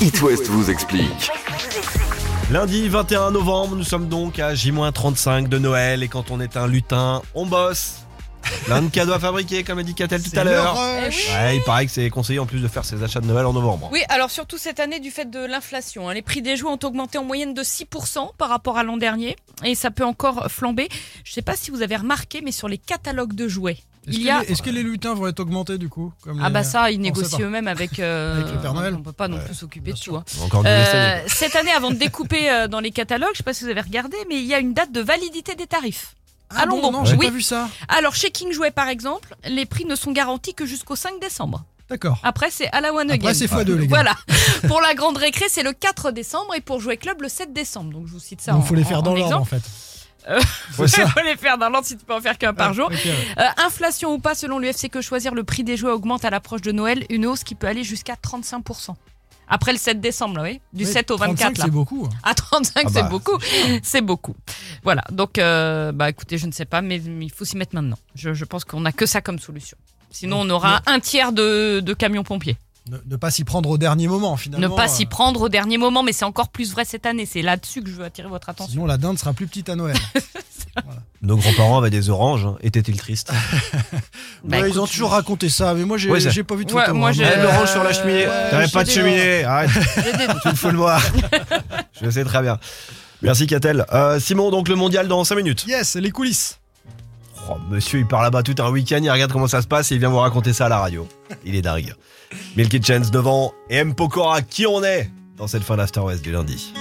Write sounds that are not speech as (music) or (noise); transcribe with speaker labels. Speaker 1: It West vous explique.
Speaker 2: Lundi 21 novembre, nous sommes donc à J-35 de Noël et quand on est un lutin, on bosse. Plein de cadeaux à fabriquer, comme a dit Catel tout à l'heure.
Speaker 3: Eh oui.
Speaker 2: Ouais, il paraît que c'est conseillé en plus de faire ses achats de Noël en novembre.
Speaker 3: Oui, alors surtout cette année du fait de l'inflation. hein. Les prix des jouets ont augmenté en moyenne de 6% par rapport à l'an dernier et ça peut encore flamber. Je ne sais pas si vous avez remarqué, mais sur les catalogues de jouets,
Speaker 4: Est-ce que,
Speaker 3: il y a...
Speaker 4: les- est-ce que les lutins vont être augmentés du coup comme
Speaker 3: Ah
Speaker 4: les- euh,
Speaker 3: bah ça, ils
Speaker 4: on sait
Speaker 3: négocient
Speaker 4: pas.
Speaker 3: eux-mêmes avec, euh,
Speaker 4: Avec le Père Noël.
Speaker 3: On peut pas non
Speaker 2: Ouais,
Speaker 3: plus s'occuper de
Speaker 4: bien
Speaker 3: tout. hein.
Speaker 2: Encore du
Speaker 3: Euh,
Speaker 2: vaisselle.
Speaker 3: cette année, avant de découper euh, dans les catalogues, je sais pas si vous avez regardé, mais il y a une date de validité des tarifs.
Speaker 4: Ah
Speaker 3: Allons
Speaker 4: bon,
Speaker 3: bon.
Speaker 4: non, j'ai
Speaker 3: Oui.
Speaker 4: pas vu ça.
Speaker 3: Alors chez King Jouet par exemple, les prix ne sont garantis que jusqu'au 5 décembre.
Speaker 4: D'accord.
Speaker 3: Après c'est à la one again.
Speaker 4: Après c'est x2 les gars.
Speaker 3: Voilà. (laughs) pour la grande récré, c'est le 4 décembre et pour jouer club le 7 décembre. Donc je vous cite ça.
Speaker 4: Donc
Speaker 3: en-
Speaker 4: faut les
Speaker 3: en-
Speaker 4: faire dans
Speaker 3: en
Speaker 4: l'ordre en
Speaker 3: exemple.
Speaker 4: fait. (laughs)
Speaker 3: Ouais, (laughs)
Speaker 4: C'est ça. Ah,
Speaker 3: faut les faire dans l'ordre si tu peux en faire qu'un par jour.
Speaker 4: Ok, ouais.
Speaker 3: Euh, inflation ou pas, selon l'UFC que choisir, le prix des jouets augmente à l'approche de Noël, une hausse qui peut aller jusqu'à 35%. Après le 7 décembre, là, oui, du
Speaker 4: Oui,
Speaker 3: 7 au 24
Speaker 4: 35,
Speaker 3: là.
Speaker 4: C'est beaucoup.
Speaker 3: À 35,
Speaker 2: Ah bah,
Speaker 3: c'est beaucoup. C'est beaucoup. Voilà. Donc, euh, bah, écoutez, je ne sais pas, mais il faut s'y mettre maintenant. Je, je pense qu'on n'a que ça comme solution. Sinon, on aura un tiers de, de camions pompiers.
Speaker 4: Ne, ne pas s'y prendre au dernier moment finalement.
Speaker 3: ne pas s'y
Speaker 4: euh,
Speaker 3: prendre au dernier moment, mais c'est encore plus vrai cette année. C'est là-dessus que je veux attirer votre attention.
Speaker 4: Sinon la dinde sera plus petite à Noël.
Speaker 2: Nos grands-parents avaient des oranges, hein. étaient-ils tristes
Speaker 3: (laughs)
Speaker 4: Ouais,
Speaker 3: Bah,
Speaker 4: ils
Speaker 3: écoute,
Speaker 4: ont toujours raconté ça, mais moi j'ai
Speaker 2: Ouais, ça-
Speaker 4: j'ai pas vu de
Speaker 3: Ouais,
Speaker 4: photo.
Speaker 3: moi,
Speaker 4: hein.
Speaker 3: j'ai-
Speaker 2: Eh,
Speaker 3: Euh,
Speaker 2: L'orange sur la cheminée.
Speaker 3: ouais,
Speaker 2: T'avais
Speaker 3: je
Speaker 2: pas de
Speaker 3: sais
Speaker 2: cheminée. Arrête,
Speaker 3: j'ai des-
Speaker 2: tu me fous le
Speaker 3: (laughs)
Speaker 2: noir. Je sais très bien. Merci Catel. Euh, Simon, donc le mondial dans 5 minutes.
Speaker 4: Yes, les coulisses.
Speaker 2: Oh, monsieur, il part là-bas tout un week-end, il regarde comment ça se passe et il vient vous raconter ça à la radio. Il est dingue. Milky Chance devant et M. Pokora, qui on est dans cette fin d'After West du lundi.